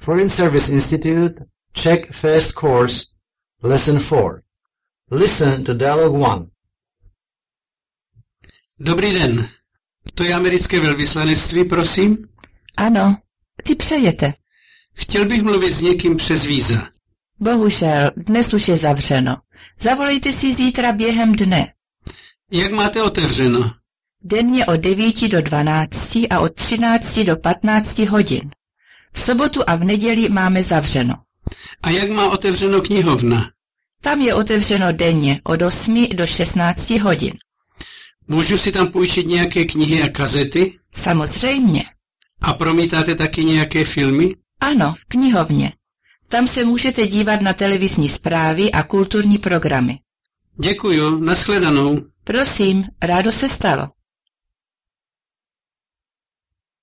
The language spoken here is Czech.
Foreign Service Institute, Czech First Course, Lesson 4. Listen to Dialogue 1. Dobrý den. To je americké velvyslanectví, prosím. Ano, ty přejete. Chtěl bych mluvit s někým přes víza. Bohužel, dnes už je zavřeno. Zavolejte si zítra během dne. Jak máte otevřeno? Denně od 9 do 12 a od 13 do 15 hodin. V sobotu a v neděli máme zavřeno. A jak má otevřeno knihovna? Tam je otevřeno denně od 8 do 16 hodin. Můžu si tam půjčit nějaké knihy a kazety? Samozřejmě. A promítáte taky nějaké filmy? Ano, v knihovně. Tam se můžete dívat na televizní zprávy a kulturní programy. Děkuju, nashledanou. Prosím, rádo se stalo.